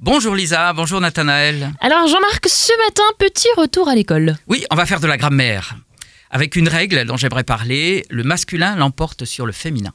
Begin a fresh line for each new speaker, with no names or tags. Bonjour Lisa, bonjour Nathanaël.
Alors Jean-Marc, ce matin, petit retour à l'école.
Oui, on va faire de la grammaire. Avec une règle dont j'aimerais parler, le masculin l'emporte sur le féminin.